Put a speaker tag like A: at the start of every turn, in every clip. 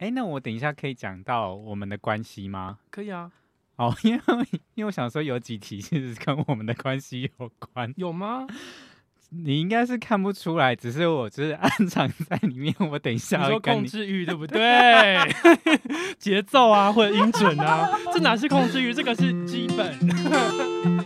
A: 哎，那我等一下可以讲到我们的关系吗？
B: 可以啊，
A: 哦，因为因为我想说有几题其实跟我们的关系有关，
B: 有 吗？
A: 你应该是看不出来，只是我就是暗藏在里面。我等一
B: 你
A: 下
B: 说
A: 会跟
B: 控
A: 你
B: 制欲对不对？ 节奏啊，或者音准啊， 这哪是控制欲，这个是基本。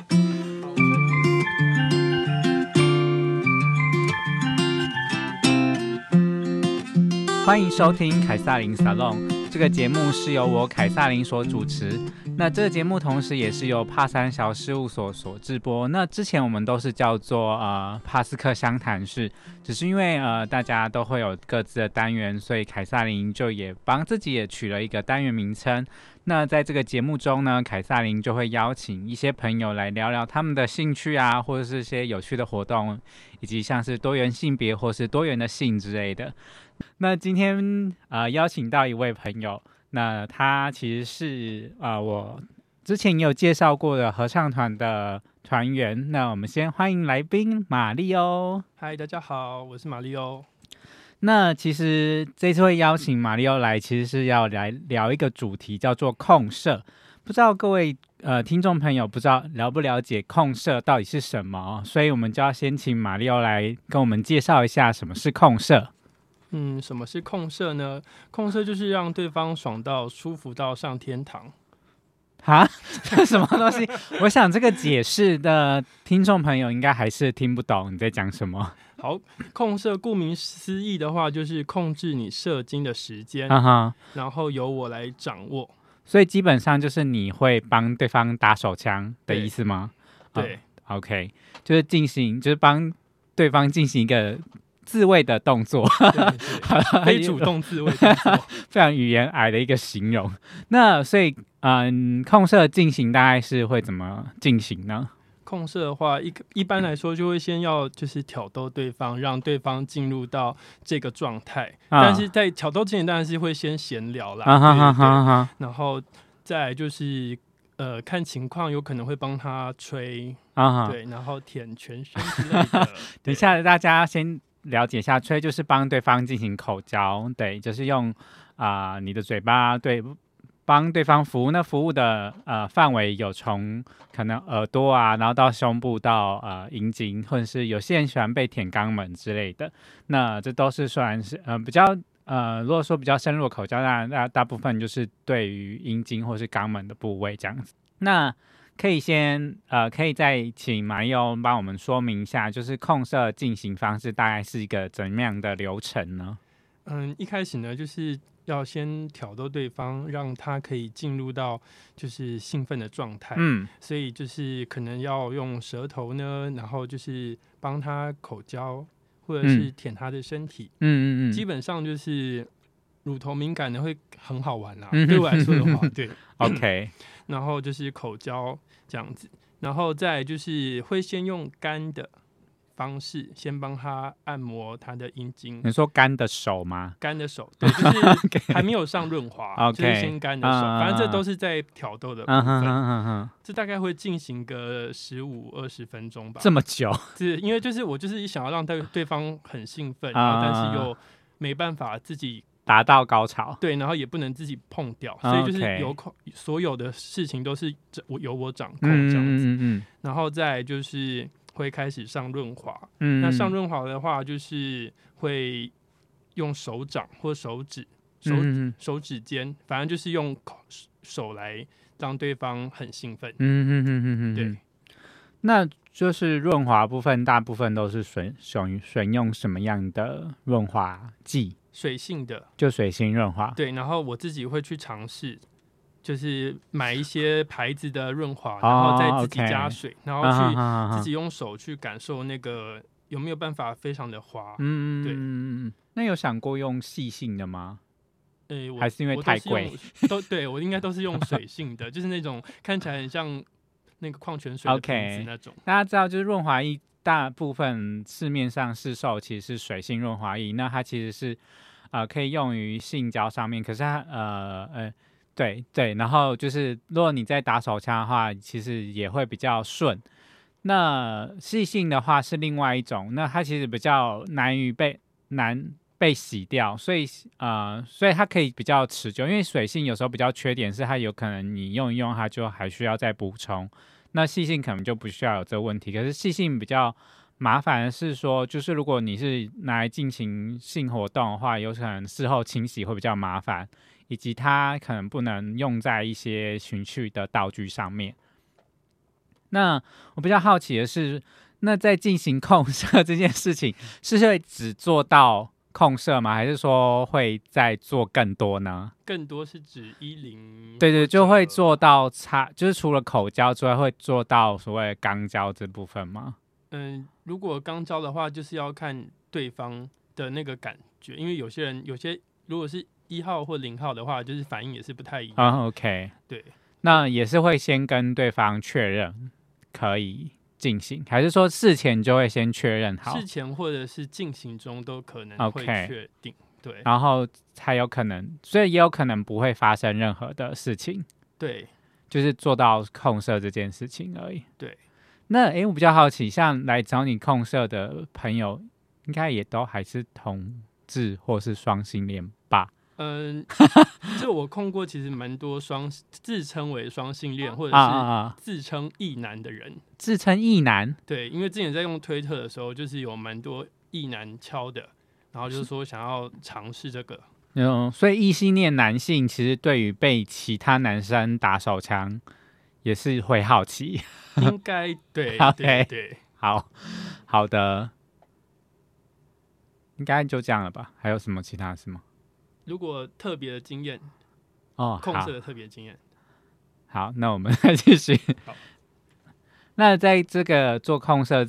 A: 欢迎收听凯撒琳 Salon 这个节目是由我凯撒琳所主持。那这个节目同时也是由帕三小事务所所制播。那之前我们都是叫做呃帕斯克湘潭市，只是因为呃大家都会有各自的单元，所以凯撒琳就也帮自己也取了一个单元名称。那在这个节目中呢，凯撒琳就会邀请一些朋友来聊聊他们的兴趣啊，或者是一些有趣的活动，以及像是多元性别或是多元的性之类的。那今天呃邀请到一位朋友，那他其实是呃我之前也有介绍过的合唱团的团员。那我们先欢迎来宾玛丽哦。
B: 嗨，大家好，我是马里欧。
A: 那其实这次会邀请玛丽欧来，其实是要来聊一个主题，叫做控社。不知道各位呃听众朋友不知道了不了解控社到底是什么哦，所以我们就要先请玛丽欧哦来跟我们介绍一下什么是控社。
B: 嗯，什么是控射呢？控射就是让对方爽到、舒服到上天堂。
A: 啊，这 什么东西？我想这个解释的听众朋友应该还是听不懂你在讲什么。
B: 好，控射顾名思义的话，就是控制你射精的时间，
A: 啊哈，
B: 然后由我来掌握。
A: 所以基本上就是你会帮对方打手枪的意思吗？啊
B: 对，
A: ，OK，就是进行，就是帮对方进行一个自卫的动作，
B: 对 对非主动自卫动作。
A: 非常语言癌的一个形容。那所以，嗯，控射进行大概是会怎么进行呢？
B: 控射的话，一个一般来说就会先要就是挑逗对方，让对方进入到这个状态。
A: 啊
B: 但是在挑逗之前，当然是会先闲聊啦，
A: 啊哈哈
B: 对对对
A: 哈哈
B: 然后再来就是呃看情况，有可能会帮他吹，
A: 啊哈！。
B: 对，然后舔全身之类的
A: 等一下，大家先了解一下，吹就是帮对方进行口交，对，就是用啊、你的嘴巴对帮对方服务。那服务的呃范围有从可能耳朵啊，然后到胸部到呃阴茎，或者是有些人喜欢被舔肛门之类的。那这都是算是呃比较。呃，如果说比较深入的口交，那那大部分就是对于阴茎或是肛门的部位这样子。那可以先呃，可以再请马里欧帮我们说明一下，就是控射进行方式大概是一个怎么样的流程呢？
B: 嗯，一开始呢，就是要先挑逗对方，让他可以进入到就是兴奋的状态。
A: 嗯
B: 所以就是可能要用舌头呢，然后就是帮他口交，或者是舔他的身体，
A: 嗯嗯嗯
B: 基
A: 嗯
B: 本上就是乳头敏感的会很好玩啦。
A: 嗯
B: 对我来说的话，对，
A: ，OK，
B: 然后就是口交这样子，然后再来就是会先用干的方式，先帮他按摩他的阴茎。
A: 你说干的手 吗？
B: 干的手， 对，就是还没有上 润滑
A: OK
B: 就是先干的手，
A: 嗯嗯嗯
B: 反正这都是在挑逗的部
A: 嗯
B: 分，
A: 哼哼哼哼，
B: 这大概会进行个十五二十分钟吧。
A: 这么久，
B: 是因为就是我就是想要让对对方很兴奋，
A: 啊
B: 然后但是又没办法自己
A: 达到高潮。
B: 对，然后也不能自己碰掉，
A: 啊
B: 所以就是
A: OK
B: 有控所有的事情都是这我由我掌控
A: 嗯
B: 这样子，
A: 嗯嗯嗯
B: 然后再来就是会开始上润滑，
A: 嗯，
B: 那上润滑的话就是会用手掌或手指手、
A: 嗯嗯
B: 手指尖，反正就是用口手来让对方很兴奋，
A: 嗯嗯嗯嗯，
B: 对。。
A: 那就是润滑部分，大部分都是选选选用什么样的润滑剂？
B: 水性的，
A: 就水性润滑。
B: 对，然后我自己会去尝试，就是买一些牌子的润滑，然
A: 哦
B: 后再自己
A: OK
B: 加水，然
A: 啊哈
B: 后去
A: 哈哈
B: 自己用手去感受那个有没有办法非常的滑。
A: 嗯，
B: 对
A: 嗯嗯嗯那有想过用细性的吗？
B: 呃，我
A: 还是因为
B: 我都
A: 太
B: 是用
A: 贵，
B: 都对我应该都是用水性的，就是那种看起来很像那个矿泉水的
A: OK
B: 瓶子那种。
A: 大家知道，就是润滑液大部分市面上市售其实是水性润滑液，那它其实是呃可以用于性交上面，可是它呃呃对对，然后就是如果你在打手枪的话，其实也会比较顺。那细性的话是另外一种，那它其实比较难于被难。被洗掉，所以呃，所以它可以比较持久，因为水性有时候比较缺点是它有可能你用一用它就还需要再补充，那细性可能就不需要有这个问题。可是细性比较麻烦的是说，就是如果你是拿来进行性活动的话，有可能事后清洗会比较麻烦，以及它可能不能用在一些情趣的道具上面。那我比较好奇的是，那在进行控射这件事情，是会只做到控射吗？还是说会再做更多呢？
B: 更多是指一零，
A: 对对，就会做到差，就是除了口交之外，会做到所谓肛交这部分吗？
B: 嗯，如果刚交的话，就是要看对方的那个感觉，因为有些人有些如果是一号或零号的话，就是反应也是不太一样。
A: 啊、o k
B: 对，
A: 那也是会先跟对方确认可以进行，还是说事前就会先确认好
B: 事，前或者是进行中都可能会
A: OK
B: 确定。对
A: 然后才有可能，所以也有可能不会发生任何的事情。
B: 对，
A: 就是做到控射这件事情而已。
B: 对，
A: 那诶，我比较好奇，像来找你控射的朋友，应该也都还是同志或是双性恋吧？
B: 嗯，这我控过，其实蛮多双自称为双性恋或者
A: 啊啊
B: 是
A: 啊！
B: 自称异男的人。
A: 自称异男，
B: 对，因为之前在用推特的时候，就是有蛮多异男敲的，然后就是说想要尝试这个。
A: 嗯，所以异性恋男性其实对于被其他男生打手枪也是会好奇。
B: 应该对
A: OK
B: 对对，
A: 好好的，应该就这样了吧？还有什么其他事吗？
B: 如果特别的经验，
A: 哦，
B: 控
A: 好
B: 制的特别经验，
A: 好，那我们再继续
B: 好。
A: 那在这个做控社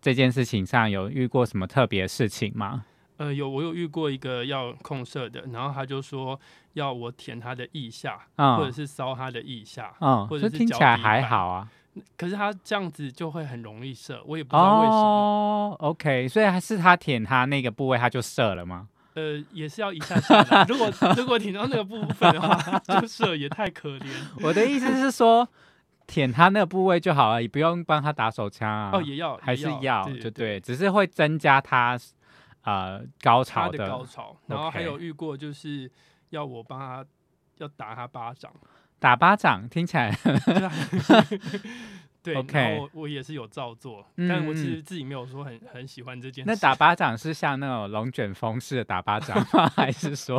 A: 这件事情上，有遇过什么特别的事情吗？
B: 呃，有我有遇过一个要控射的，然后他就说要我舔他的腋下，或者
A: 嗯
B: 是搔他的腋下，
A: 嗯，
B: 或者
A: 这
B: 是
A: 听
B: 脚
A: 起来
B: 底
A: 还
B: 板
A: 好啊。
B: 可是他这样子就会很容易射，我也不知道为什么，
A: 哦，OK，所以还是他舔他那个部位，他就射了吗？
B: 呃，也是要一下下来。 如果如果舔到那个部分的话， 就射也太可怜
A: 我的意思是 说，舔他那个部位就好了，也不用帮他打手枪啊。
B: 哦，也要
A: 还是
B: 要
A: 要，
B: 对
A: 就对，只是会增加他呃高
B: 他
A: 潮
B: 的高
A: 的
B: 潮，然后还
A: OK
B: 有遇过就是要我帮他要打他巴掌。
A: 打巴掌，听起来
B: 对 啊对
A: OK
B: 然后我我也是有照做，但我其
A: 嗯
B: 实自己没有说很很喜欢这件事。
A: 那打巴掌是像那种龙卷风式的打巴掌吗？ 还是说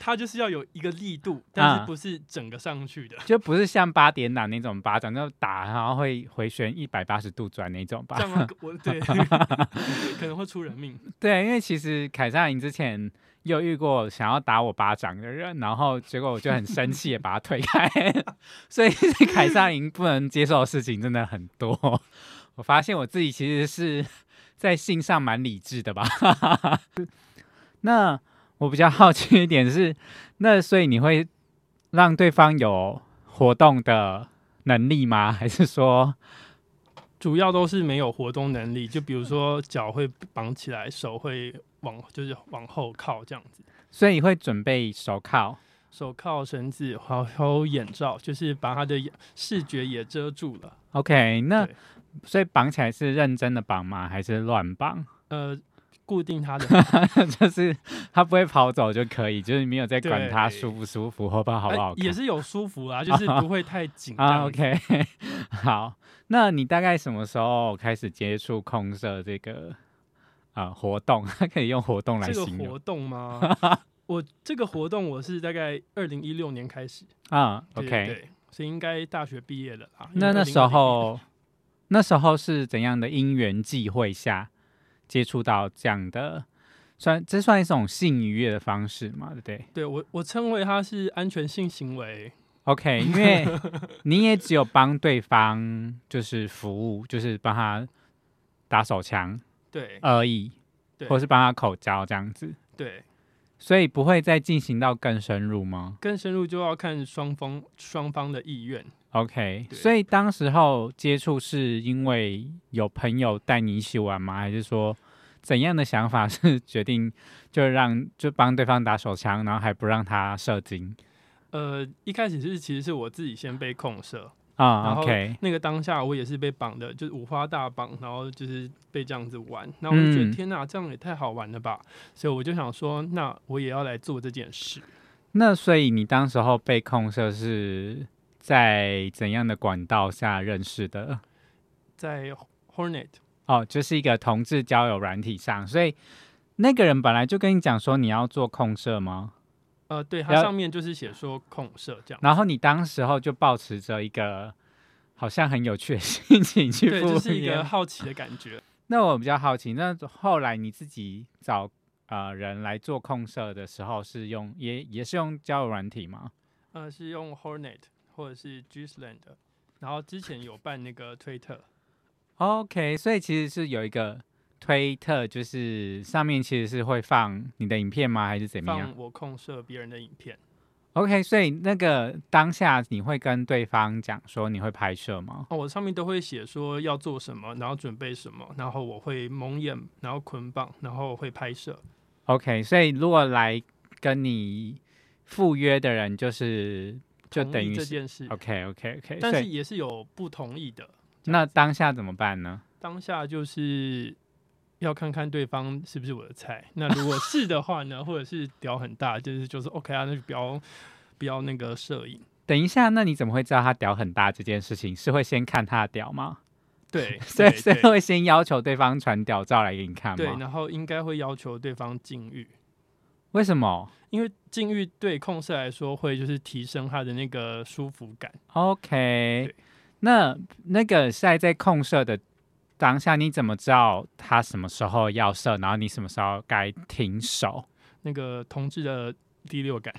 B: 它就是要有一个力度，但
A: 啊
B: 是不是整个上去 的，
A: 就不是像八点档那种巴掌，就打然后会回旋一百八十度转那种吧
B: 这？样我我 对可能会出人命。
A: 对，因为其实凯撒琳之前又遇过想要打我巴掌的人，然后结果我就很生气，也把他推开。 所以凯撒琳不能接受的事情真的很多。我发现我自己其实是在性上蛮理智的吧。 那我比较好奇一点是，那所以你会让对方有活动的能力吗？还是说，
B: 主要都是没有活动能力，就比如说脚会绑起来，手会往就是往后靠这样子，
A: 所以你会准备手铐？
B: 手铐、绳子，还有还有眼罩，就是把他的眼视觉也遮住了。
A: OK，那
B: 对
A: 所以绑起来是认真的绑吗？还是乱绑？
B: 呃，固定他 的
A: 就是他不会跑走就可以，就是没有在管他
B: 对
A: 舒不舒服，或不好不
B: 呃
A: 好看。
B: 也是有舒服啊，就是不会太紧这
A: 啊
B: 样子。
A: ，OK，好。 那你大概什么时候开始接触控社这个啊、呃活动？ 可以用活动来
B: 这个
A: 形容
B: 活动吗？ 我这个活动我是大概二零一六年开始
A: 啊、
B: 对
A: o
B: 对
A: k
B: 对所以应该大学毕业了啦。因为
A: 那那
B: 2020
A: 时候，那时候是怎样的因缘际会下接触到这样的？算这算一种性愉悦的方式嘛，对不对？
B: 对我我称为它是安全性行为，
A: OK，因为你也只有帮对方就是服务，就是帮他打手枪
B: 对
A: 而已，
B: 哎对
A: 或是帮他口交这样子，
B: 对，
A: 所以不会再进行到更深入吗
B: 更深入就要看双方双方的意愿。
A: ？OK，
B: 对
A: 所以当时候接触是因为有朋友带你一起玩吗？还是说怎样的想法是决定就让就帮对方打手枪，然后还不让他射精
B: 呃，一开始是其实是我自己先被控射，
A: 啊
B: 然后
A: ，OK，
B: 那个当下我也是被绑的，就是五花大绑，然后就是被这样子玩，那我就觉
A: 嗯
B: 得天哪，这样也太好玩了吧！所以我就想说，那我也要来做这件事。
A: 那所以你当时候被控社是在怎样的管道下认识的？
B: 在 Hornet
A: 哦，就是一个同志交友软体上，所以那个人本来就跟你讲说你要做控社吗？
B: 呃，对，
A: 了
B: 它上面就是写说控社 这样，
A: 然后你当时候就抱持着一个好像很有趣的 心情去
B: 对，
A: 赴约。
B: 就是一个好奇的感觉。
A: 那我比较好奇，那后来你自己找呃人来做控社的时候，是用也也是用交友软体吗？
B: 呃，是用 Hornet 或者是 g i s l a n d 然后之前有办那个推特，
A: OK，所以其实是有一个推特，就是上面其实是会放你的影片吗？还是怎么样
B: 放我控射别人的影片。
A: ？OK，所以那个当下你会跟对方讲说你会拍摄吗？
B: 哦，我上面都会写说要做什么，然后准备什么，然后我会蒙眼，然后捆绑，然后会拍摄。
A: OK，所以如果来跟你赴约的人，就是就
B: 同意
A: 等于
B: 这
A: 是
B: 件事，
A: OK OK OK，
B: 但
A: 所
B: 是
A: 以
B: 也是有不同意的。
A: 那当下怎么办呢？
B: 当下就是要看看对方是不是我的菜。那如果是的 话呢，或者是屌很大，就是就是 OK 啊，那就不要不要那个摄影。
A: 等一下，那你怎么会知道他屌很大这件事情？是会先看他的屌吗？
B: 对，
A: 所以所
B: 对
A: 以会先要求对方传屌照来给你看
B: 对，
A: 吗？
B: 然后应该会要求对方禁欲，
A: 为什么
B: 因为禁欲对控射来说会就是提升他的那个舒服感。
A: ？OK，那那个是在在控射的当下，你怎么知道他什么时候要射，然后你什么时候该停手？
B: 那个同志的第六感，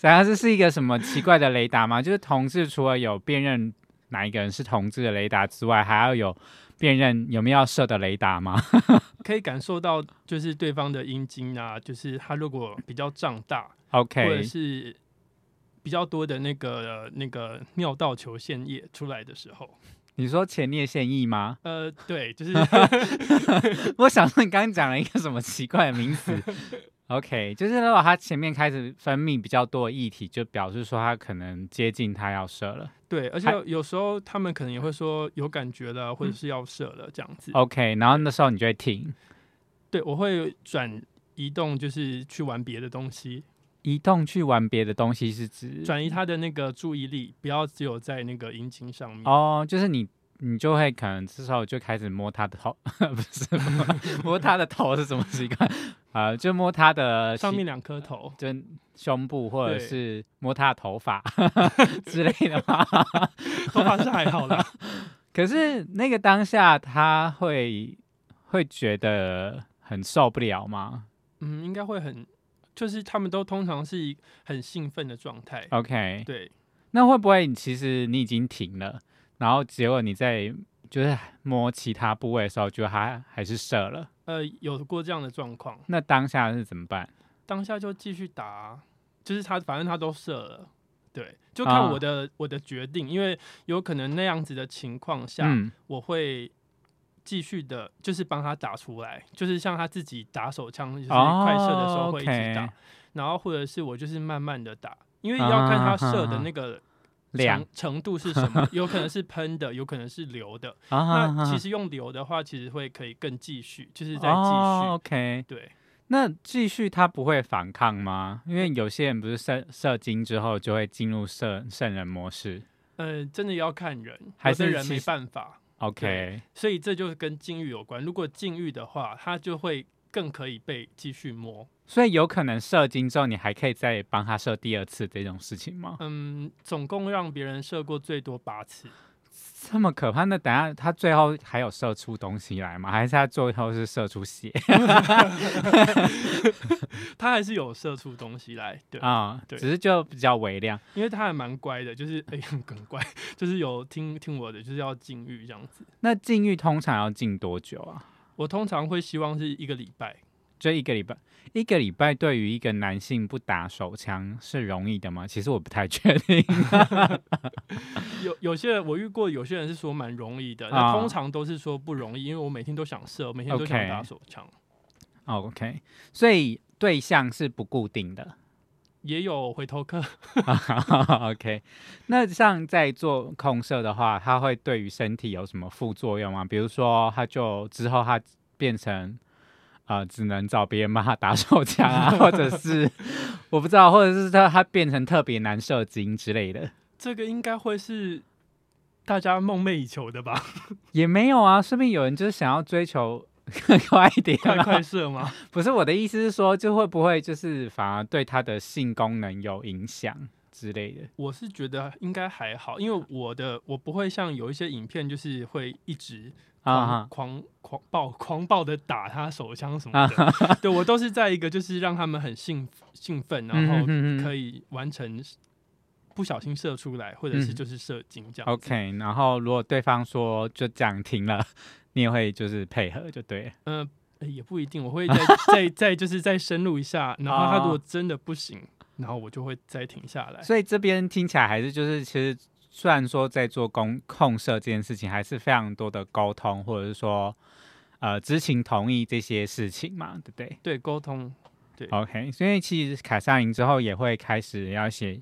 A: 然后这是一个什么奇怪的雷达吗？就是同志除了有辨认哪一个人是同志的雷达之外，还要有辨认有没有要射的雷达吗？
B: 可以感受到就是对方的阴茎啊，就是他如果比较胀大，或
A: OK，
B: 者是比较多的那个那个尿道球腺液出来的时候，
A: 你说前列腺液吗？
B: 呃，对，就是
A: 我想说你刚刚讲了一个什么奇怪的名词？OK，就是如果他前面开始分泌比较多的液体，就表示说他可能接近他要射了。
B: 对，而且有有时候他们可能也会说有感觉了，
A: 嗯
B: 或者是要射了这样子。
A: OK，然后那时候你就会停，
B: 对，我会转移动，就是去玩别的东西，
A: 移动去玩别的东西是指
B: 转移他的那个注意力，不要只有在那个阴茎上面。
A: 哦，就是你你就会可能这时候就开始摸他的头， 不是摸摸他的头是什么习惯啊、就摸他的
B: 上
A: 膝
B: 面两颗头，
A: 就胸部或者
B: 对
A: 是摸他的头发 之类的吗？
B: 头发是还好啦。
A: 可是那个当下，他会会觉得很受不了吗
B: 嗯，应该会很，就是他们都通常是一很兴奋的状态。
A: ？OK，
B: 对，
A: 那会不会其实你已经停了，然后结果你在就是摸其他部位的时候，就还还是射了？
B: 呃，有过这样的状况，
A: 那当下是怎么办？
B: 当下就继续打啊，就是他反正他都射了，对，就看
A: 啊
B: 我的、我的决定，因为有可能那样子的情况下，
A: 嗯，
B: 我会继续的，就是帮他打出来，就是像他自己打手枪，就是快射的时候会一直打，
A: 哦，OK
B: 然后或者是我就是慢慢的打，因为要看
A: 啊
B: 他射的那个
A: 两
B: 程程度是什么，有可能是喷的，有可能是流的。
A: 啊哈
B: 那
A: 哈
B: 其实用流的话，其实会可以更继续，就是在继续。
A: 哦，OK。
B: 对，
A: 那继续他不会反抗吗？因为有些人不是射射精之后就会进入射圣人模式。
B: 呃，真的要看人，
A: 还
B: 有的
A: 是
B: 人
A: 其
B: 没
A: 实
B: 办法，
A: OK，
B: 所以这就是跟禁欲有关。如果禁欲的话，他就会更可以被继续摸。
A: 所以有可能射精之后，你还可以再帮他射第二次这种事情吗？
B: 嗯，总共让别人射过最多八次，
A: 这么可怕？那等下他最后还有射出东西来吗？还是他最后是射出血
B: 他还是有射出东西来，对，
A: 啊、
B: 对
A: 只是就比较微量。
B: 因为他还蛮乖的，就是哎、很乖，就是有听听我的，就是要禁欲这样子。
A: 那禁欲通常要禁多久啊？
B: 我通常会希望是一个礼拜，
A: 就一个礼拜，一个礼拜对于一个男性不打手枪是容易的吗？其实我不太确定。
B: 有有些人我遇过，有些人是说蛮容易的，
A: 啊
B: 那通常都是说不容易，因为我每天都想射，我每天都想
A: OK Oh,
B: 打手枪。
A: OK，所以对象是不固定的。
B: 也有回头客，
A: OK，那像在做控射的话，它会对于身体有什么副作用吗？比如说，它就之后它变成呃，只能找别人帮他打手枪啊，或者是 我不知道，或者是它它变成特别难射精之类的，
B: 这个应该会是大家梦寐以求 的吧？
A: 也没有啊。说不定有人就是想要追求 更快一点、
B: 快
A: 啊，
B: 快射吗？
A: 不是我的意思是说，就会不会就是反而对它的性功能有影响之类的？
B: 我是觉得应该还好，因为我的我不会像有一些影片，就是会一直狂、
A: 啊哈
B: 狂狂暴狂暴的打他手枪什 么的。对我都是在一个就是让他们很兴兴奋，然后
A: 嗯哼哼哼
B: 可以完成不小心射出来，或者是
A: 嗯
B: 就是射精这样子。
A: OK，然后如果对方说就这样停了，你也会就是配合就对了。
B: 呃，诶也不一定，我会 再再再就是再深入一下，然
A: 啊
B: 后他如果真的不行，然后我就会再停下来。
A: 所以这边听起来还是就是其实虽然说在做公控社这件事情，还是非常多的沟通，或者是说呃知情同意这些事情嘛，对不对
B: 对，沟通
A: ？OK，所以其实凯撒琳之后也会开始要写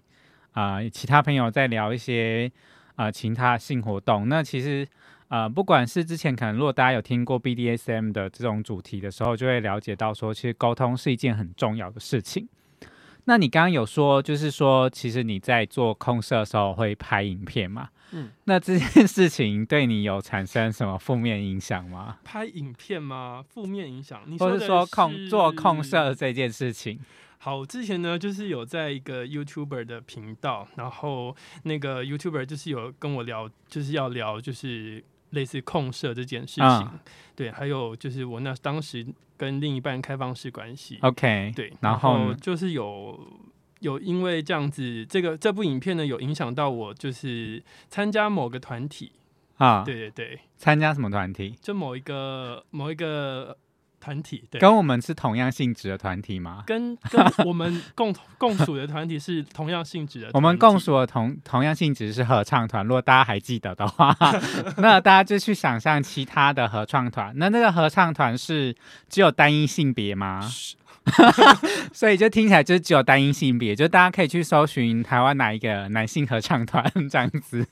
A: 啊、呃其他朋友在聊一些呃其他性活动，那其实。呃，不管是之前可能如果大家有听过 BDSM 的这种主题的时候，就会了解到说，其实沟通是一件很重要的事情。那你刚刚有说，就是说，其实你在做控社的时候会拍影片嘛？
B: 嗯，
A: 那这件事情对你有产生什么负面影响吗？
B: 拍影片吗？负面影响？你
A: 或
B: 的
A: 是说控做控
B: 是
A: 社这件事情？
B: 好，我之前呢就是有在一个 YouTuber 的频道，然后那个 YouTuber 就是有跟我聊，就是要聊就是类似控社这件事情，
A: 嗯
B: 对，还有就是我那当时跟另一半开放式关系，
A: OK，
B: 对，
A: 啊然
B: 然
A: 后
B: 后
A: 呢
B: 就是有有因为这样子，这个这部影片呢有影响到我，就是参加某个团体，
A: 啊，
B: 对对对，
A: 参加什么团体？
B: 就某一个某一个团体，对。
A: 跟我们是同样性质的团体吗？
B: 跟跟我们共同 共属的团体是同样性质的团体，
A: 我们共属的呃同同样性质是合唱团，如果大家还记得的 话，那大家就去想象其他的合唱团。那那个合唱团是只有单一性别吗？ 所以就听起来就是只有单一性别，就大家可以去搜寻台湾哪一个男性合唱团这样子。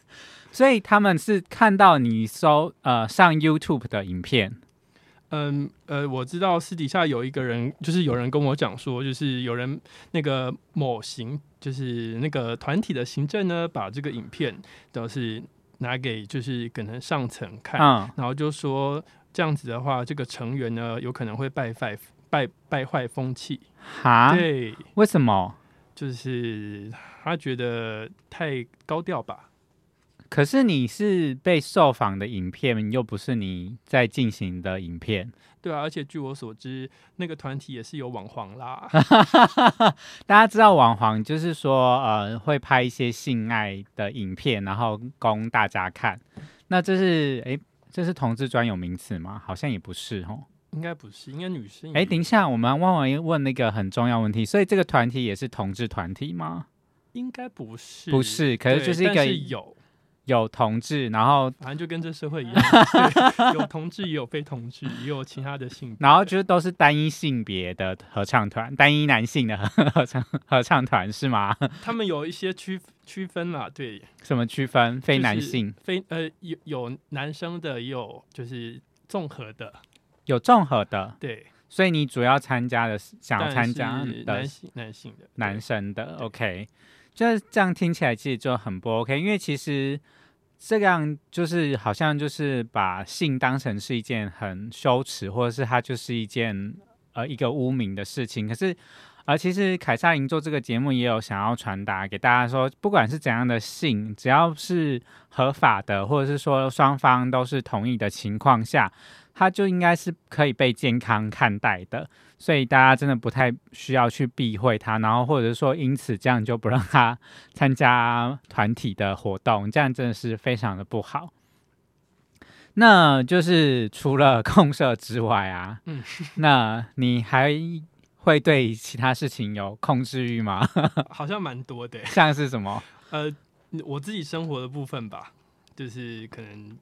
A: 所以他们是看到你搜呃上 YouTube 的影片，
B: 嗯呃，我知道私底下有一个人，就是有人跟我讲说，就是有人那个某行，就是那个团体的行政呢，把这个影片都是拿给就是可能上层看，
A: 嗯，
B: 然后就说这样子的话，这个成员呢有可能会败坏败败坏风气，
A: 哈，
B: 对，
A: 为什么？
B: 就是他觉得太高调吧。
A: 可是你是被受访的影片，又不是你在进行的影片。
B: 对啊，而且据我所知，那个团体也是有网黄啦。
A: 啊大家知道网黄就是说，呃，会拍一些性爱的影片，然后供大家看。那这是诶，这是同志专有名词吗？好像也不是哦。
B: 应该不是，应该女性。
A: 诶，等一下，我们忘了问那个很重要问题，所以这个团体也是同志团体吗？
B: 应该不是，
A: 不是，可是
B: 对
A: 就是一
B: 但
A: 个
B: 是有，
A: 有同志，然后
B: 反正就跟这社会一样，对有同志也有非同志，也有其他的性别。
A: 然后就是都是单一性别的合唱团，单一男性的合合唱合唱团是吗？
B: 他们有一些区区分啦，对，
A: 什么区分？非男性、
B: 非呃有有男生的，也有就是综合的，
A: 有综合的，
B: 对，
A: 所以你主要参加的是想要
B: 但
A: 参
B: 是
A: 加的
B: 男性男性的
A: 男生的
B: 对
A: ，OK，就是这样听起来其实就很不 OK，因为其实这样就是好像就是把性当成是一件很羞耻，或者是它就是一件呃一个污名的事情。可是，呃，其实凯撒琳做这个节目也有想要传达给大家说，不管是怎样的性，只要是合法的，或者是说双方都是同意的情况下，它就应该是可以被健康看待的。所以大家真的不太需要去避讳他，然后或者说因此这样就不让他 参加团体的活动，这样真的是非常的不好。那就是除了控社之外啊，
B: 嗯
A: 那你还会对其他事情有控制欲吗？
B: 对好像蛮多的。
A: 像是什么？
B: 呃，我自己生活的部分吧，就是可能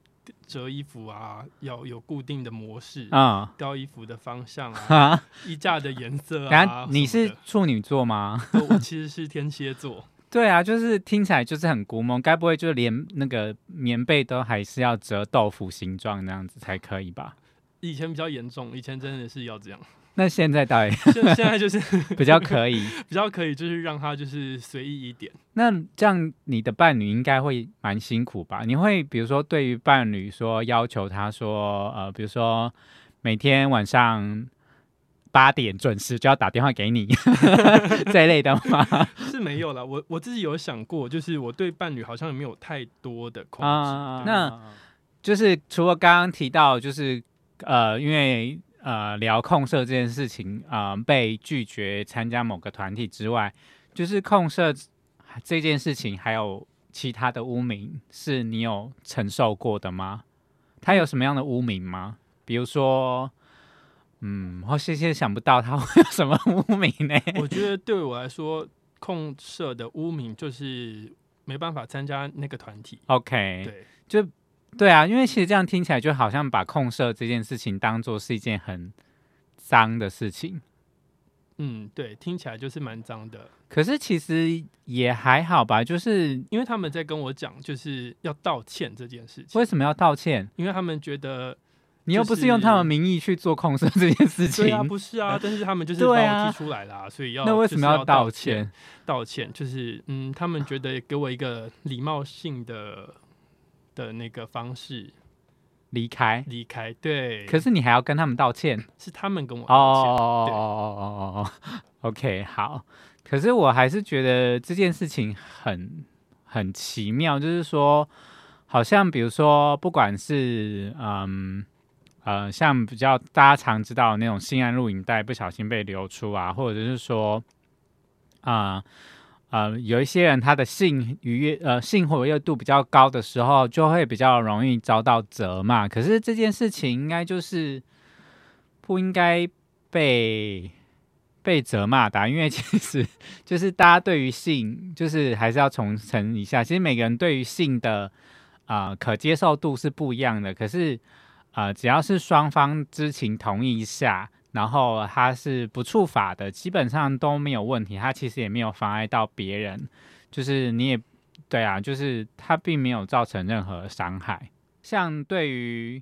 B: 折衣服啊，要有固定的模式，
A: 嗯，
B: 吊衣服的方向啊，
A: 哈，
B: 衣架的颜 色
A: 然
B: 啊
A: 后。你
B: 什么
A: 是
B: 的
A: 处女座吗？
B: 哦我其实是天蝎座，
A: 对啊，就是听起来就是很古蒙，该不会就连那个棉被都还是要折豆腐形状那样子才可以吧？
B: 以前比较严重，以前真的是要这样，
A: 那现在到底
B: 现现在就是
A: 比较可以？
B: 比较可以，就是让它就是随意一点。
A: 那这样你的伴侣应该会蛮辛苦吧？你会比如说对于伴侣说要求他说，呃，比如说每天晚上八点准时就要打电话给你 这一类的吗？
B: 是没有啦，我我自己有想过，就是我对伴侣好像也没有太多的控制。
A: 啊、
B: 对
A: 那就是除了刚刚提到，就是呃，因为呃聊控社这件事情啊、呃被拒绝参加某个团体之外，就是控社这件事情还有其他的污名是你有承受过的吗？他有什么样的污名吗？比如说，嗯，我现在想不到他会有什么污名呢？
B: 我觉得对我来说，控社的污名就是没办法参加那个团体。
A: OK，
B: 对，
A: 对啊，因为其实这样听起来就好像把控社这件事情当做是一件很脏的事情，
B: 嗯，对，听起来就是蛮脏的，
A: 可是其实也还好吧。就是
B: 因为他们在跟我讲就是要道歉这件事情，
A: 为什么要道歉？
B: 因为他们觉得
A: 你又不是用他们名义去做控社这件事情，呃
B: 对啊，不是啊，但是他们就是把
A: 对
B: 我
A: 啊
B: 踢出来啦，所以要
A: 那为
B: 就
A: 什
B: 是
A: 么
B: 要
A: 道
B: 歉？
A: 歉？
B: 道歉就是嗯，他们觉得给我一个礼貌性的的那个方式
A: 离开？
B: 离开，对，
A: 可是你还要跟他们道歉
B: 是他们跟我
A: 哦
B: 道歉。
A: 哦
B: 对
A: 哦哦哦，OK，好。可是我还是觉得这件事情很很奇妙，就是说，好像比如说，不管是嗯呃，像比较大家常知道的那种性爱录影带不小心被流出啊，或者是说，啊、呃。有一些人他的性愉悦，呃，性活跃度比较高的时候，就会比较容易遭到责骂。可是这件事情应该就是不应该被被责骂的啊、因为其实就是大家对于性，就是还是要重申一下，其实每个人对于性的啊、呃可接受度是不一样的，可是呃，只要是双方知情同意下，然后它是不触法的，基本上都没有问题，它其实也没有妨碍到别人，就是你也对啊，就是它并没有造成任何伤害，像对于。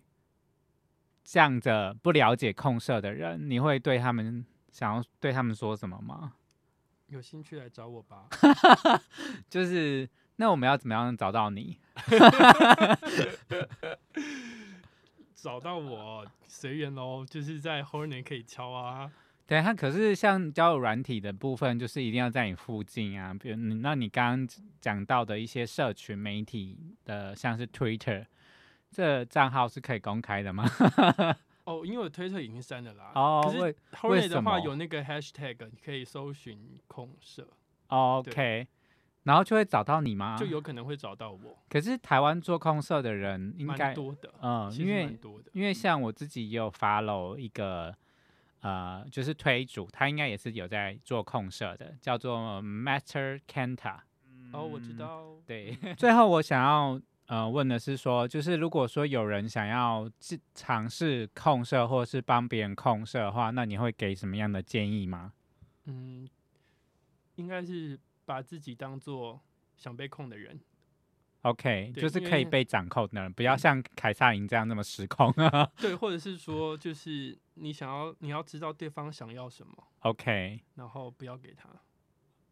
A: 这样的不了解控社的人，你会对他们想要对他们说什么吗？
B: 有兴趣来找我吧。
A: 就是那我们要怎么样找到你？
B: 找到我随缘喽，就是在 Hornet 可以敲啊。
A: 对他，可是像交友软体的部分，就是一定要在你附近啊，比如你那你刚刚讲到的一些社群媒体的，像是 Twitter，这账号是可以公开的吗？
B: 哦，因为我推特已经删了啦。
A: 哦
B: 啊可是
A: 为
B: Hornet
A: 什
B: 的话
A: 么
B: 有那个 Hashtag，你可以搜寻控社，
A: 哦，OK，然后就会找到你吗？
B: 就。有可能会找到我，
A: 可是台湾做控社的人应
B: 蛮
A: 该，
B: 多的，
A: 嗯，
B: 其
A: 因
B: 实
A: 为
B: 蛮多的。
A: 因为像我自己也有 follow 一个呃，就是推主，他应该也是有在做控社的，叫做 Master Kanta。
B: 哦，我知道。
A: 对， 最后我想要呃问的是说，就是如果说有人想要自尝试控社或是帮别人控社的话，那你会给什么样的建议吗？
B: 嗯，应该是把自己当做想被控的人。
A: OK，
B: 对
A: 就是
B: 因
A: 可以
B: 为嗯
A: 被掌控的人，不要像凯撒琳这样那么失控。啊
B: 对，或者是说，就是你想要，你要知道对方想要什么，
A: OK，
B: 然后不要给他。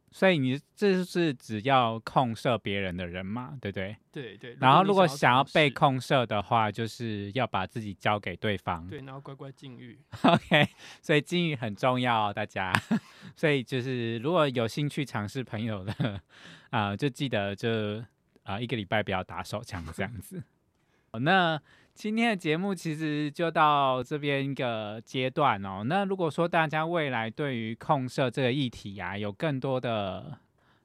A: 所以你这是只要控社别人的人嘛，对不对？
B: 对对。
A: 然后如果
B: 你
A: 想要
B: 尝
A: 被
B: 试，
A: 控射的话，就是要把自己交给对方。
B: 对，然后乖乖禁欲。
A: OK，所以禁欲很重要哦，大家。 所以就是如果有兴趣尝试朋友的啊、就记得就啊、一个礼拜不要打手枪这样子。好那今天的节目其实就到这边一个阶段哦。那如果说大家未来对于控射这个议题啊，有更多的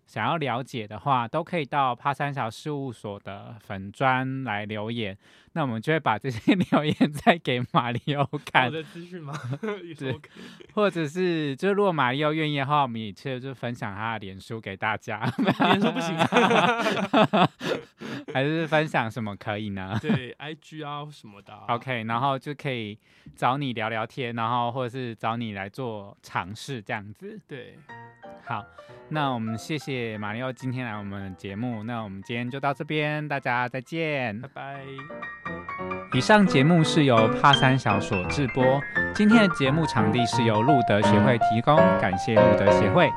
A: 想要了解的话，都可以到帕三小事务所的粉砖来留言。那我们就会把这些 留言再给马里奥看
B: 我。的资讯吗？ 也是
A: 对
B: OK
A: 或者是，就是如果马里奥愿意的话，我们也 就就分享他的脸书给大家。
B: 别人说不行啊。
A: 还是分享什么可以呢？
B: 对，IG 啊什么的啊、
A: OK，然后就可以找你聊聊天，然后或者是找你来做尝试这样子。
B: 对，
A: 好，那我们谢谢马里奥今天来我们的节目，那我们今天就到这边，大家再见
B: 拜。拜。
A: 以上节目是由帕三小所制播，今天的节目场地是由路德协会提供，感谢路德协会。